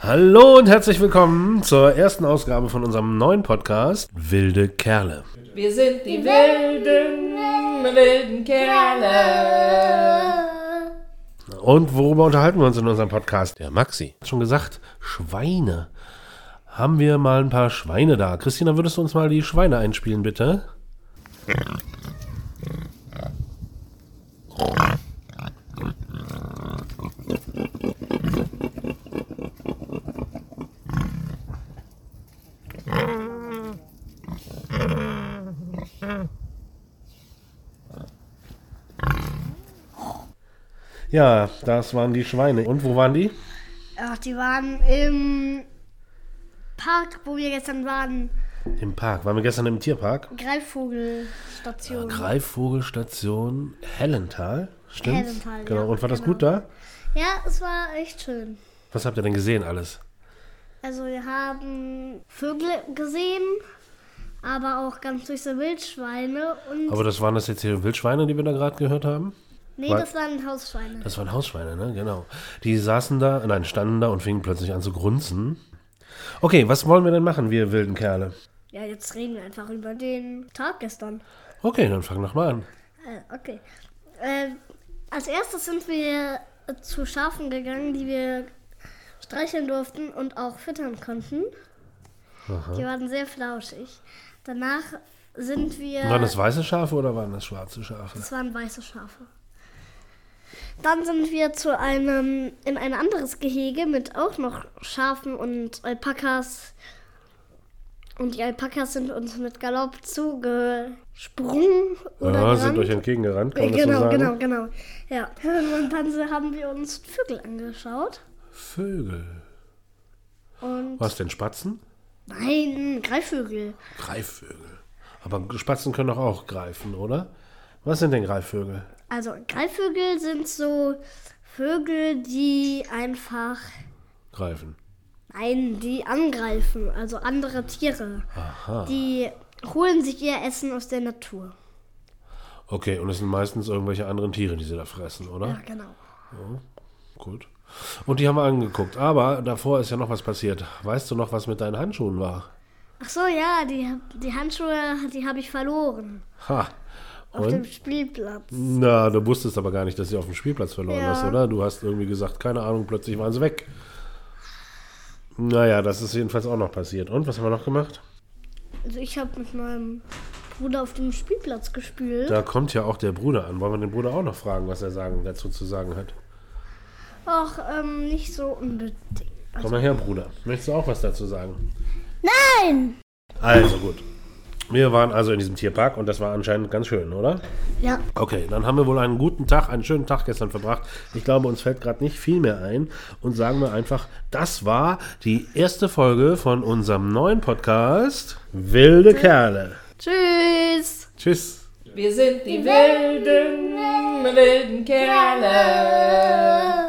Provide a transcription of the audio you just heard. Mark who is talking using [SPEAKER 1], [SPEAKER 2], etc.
[SPEAKER 1] Hallo und herzlich willkommen zur ersten Ausgabe von unserem neuen Podcast Wilde Kerle.
[SPEAKER 2] Wir sind die wilden, wilden Kerle.
[SPEAKER 1] Und worüber unterhalten wir uns in unserem Podcast? Der Maxi hat schon gesagt, Schweine. Haben wir mal ein paar Schweine da? Christina, würdest du uns mal die Schweine einspielen, bitte? Ja, das waren die Schweine. Und wo waren die?
[SPEAKER 3] Ach, die waren im Park, wo wir gestern waren.
[SPEAKER 1] Im Park. Waren wir gestern im Tierpark?
[SPEAKER 3] Mhm. Greifvogelstation.
[SPEAKER 1] Greifvogelstation Hellental. Stimmt's?
[SPEAKER 3] Hellental,
[SPEAKER 1] genau.
[SPEAKER 3] ja,
[SPEAKER 1] Und war das
[SPEAKER 3] genau.
[SPEAKER 1] gut da?
[SPEAKER 3] ja, es war echt schön.
[SPEAKER 1] Was habt ihr denn gesehen alles?
[SPEAKER 3] Also wir haben Vögel gesehen, aber auch ganz süße Wildschweine und
[SPEAKER 1] Aber das waren das jetzt hier Wildschweine, die wir da gerade gehört haben?
[SPEAKER 3] nee,
[SPEAKER 1] wa-
[SPEAKER 3] das waren Hausschweine.
[SPEAKER 1] Das waren Hausschweine, ne? Genau. Die saßen da, nein, standen da und fingen plötzlich an zu grunzen. Okay, was wollen wir denn machen, wir wilden Kerle?
[SPEAKER 3] Ja, jetzt reden wir einfach über den Tag gestern.
[SPEAKER 1] Okay, dann fang doch mal an.
[SPEAKER 3] Äh, okay. Äh, als erstes sind wir äh, zu Schafen gegangen, die wir streicheln durften und auch füttern konnten. Die waren sehr flauschig. Danach sind wir.
[SPEAKER 1] Waren das weiße Schafe oder waren das schwarze Schafe?
[SPEAKER 3] Das waren weiße Schafe. Dann sind wir zu einem in ein anderes Gehege mit auch noch Schafen und Alpakas. Und die Alpakas sind uns mit Galopp zugesprungen. Oder
[SPEAKER 1] Ah, sind
[SPEAKER 3] gerannt.
[SPEAKER 1] euch entgegengerannt, kann man das so
[SPEAKER 3] Genau,
[SPEAKER 1] sagen?
[SPEAKER 3] genau, genau. Ja. Und dann haben wir uns Vögel angeschaut.
[SPEAKER 1] Vögel.
[SPEAKER 3] Und
[SPEAKER 1] Was denn, Spatzen?
[SPEAKER 3] nein, Greifvögel.
[SPEAKER 1] Greifvögel. Aber Spatzen können doch auch greifen, oder? Was sind denn Greifvögel?
[SPEAKER 3] Also Greifvögel sind so Vögel, die einfach,
[SPEAKER 1] Greifen.
[SPEAKER 3] nein, die angreifen, also andere Tiere.
[SPEAKER 1] Aha.
[SPEAKER 3] Die holen sich ihr Essen aus der Natur.
[SPEAKER 1] Okay, und es sind meistens irgendwelche anderen Tiere, die sie da fressen, oder?
[SPEAKER 3] Ja, genau.
[SPEAKER 1] Gut. Und die haben wir angeguckt. Aber davor ist ja noch was passiert. Weißt du noch, was mit deinen Handschuhen war?
[SPEAKER 3] Ach so, ja, die, die Handschuhe, die habe ich verloren.
[SPEAKER 1] Ha.
[SPEAKER 3] Auf dem
[SPEAKER 1] Und?
[SPEAKER 3] Spielplatz.
[SPEAKER 1] Na, du wusstest aber gar nicht, dass sie auf dem Spielplatz verloren
[SPEAKER 3] Ja.
[SPEAKER 1] hast, oder? Du hast irgendwie gesagt, keine Ahnung, plötzlich waren sie weg. Naja, das ist jedenfalls auch noch passiert. Und was haben wir noch gemacht?
[SPEAKER 3] Also ich habe mit meinem Bruder auf dem Spielplatz gespielt.
[SPEAKER 1] Da kommt ja auch der Bruder an. Wollen wir den Bruder auch noch fragen, was er sagen, dazu zu sagen hat?
[SPEAKER 3] Ach, ähm, nicht so unbedingt.
[SPEAKER 1] Komm mal her, Bruder. Möchtest du auch was dazu sagen?
[SPEAKER 3] Nein!
[SPEAKER 1] Also gut. Wir waren also in diesem Tierpark und das war anscheinend ganz schön, oder?
[SPEAKER 3] Ja.
[SPEAKER 1] Okay, dann haben wir wohl einen guten Tag, einen schönen Tag gestern verbracht. Ich glaube, uns fällt gerade nicht viel mehr ein und sagen wir einfach, das war die erste Folge von unserem neuen Podcast Wilde Kerle.
[SPEAKER 3] Tschüss!
[SPEAKER 1] Tschüss.
[SPEAKER 2] Wir sind die wilden, wilden Kerle.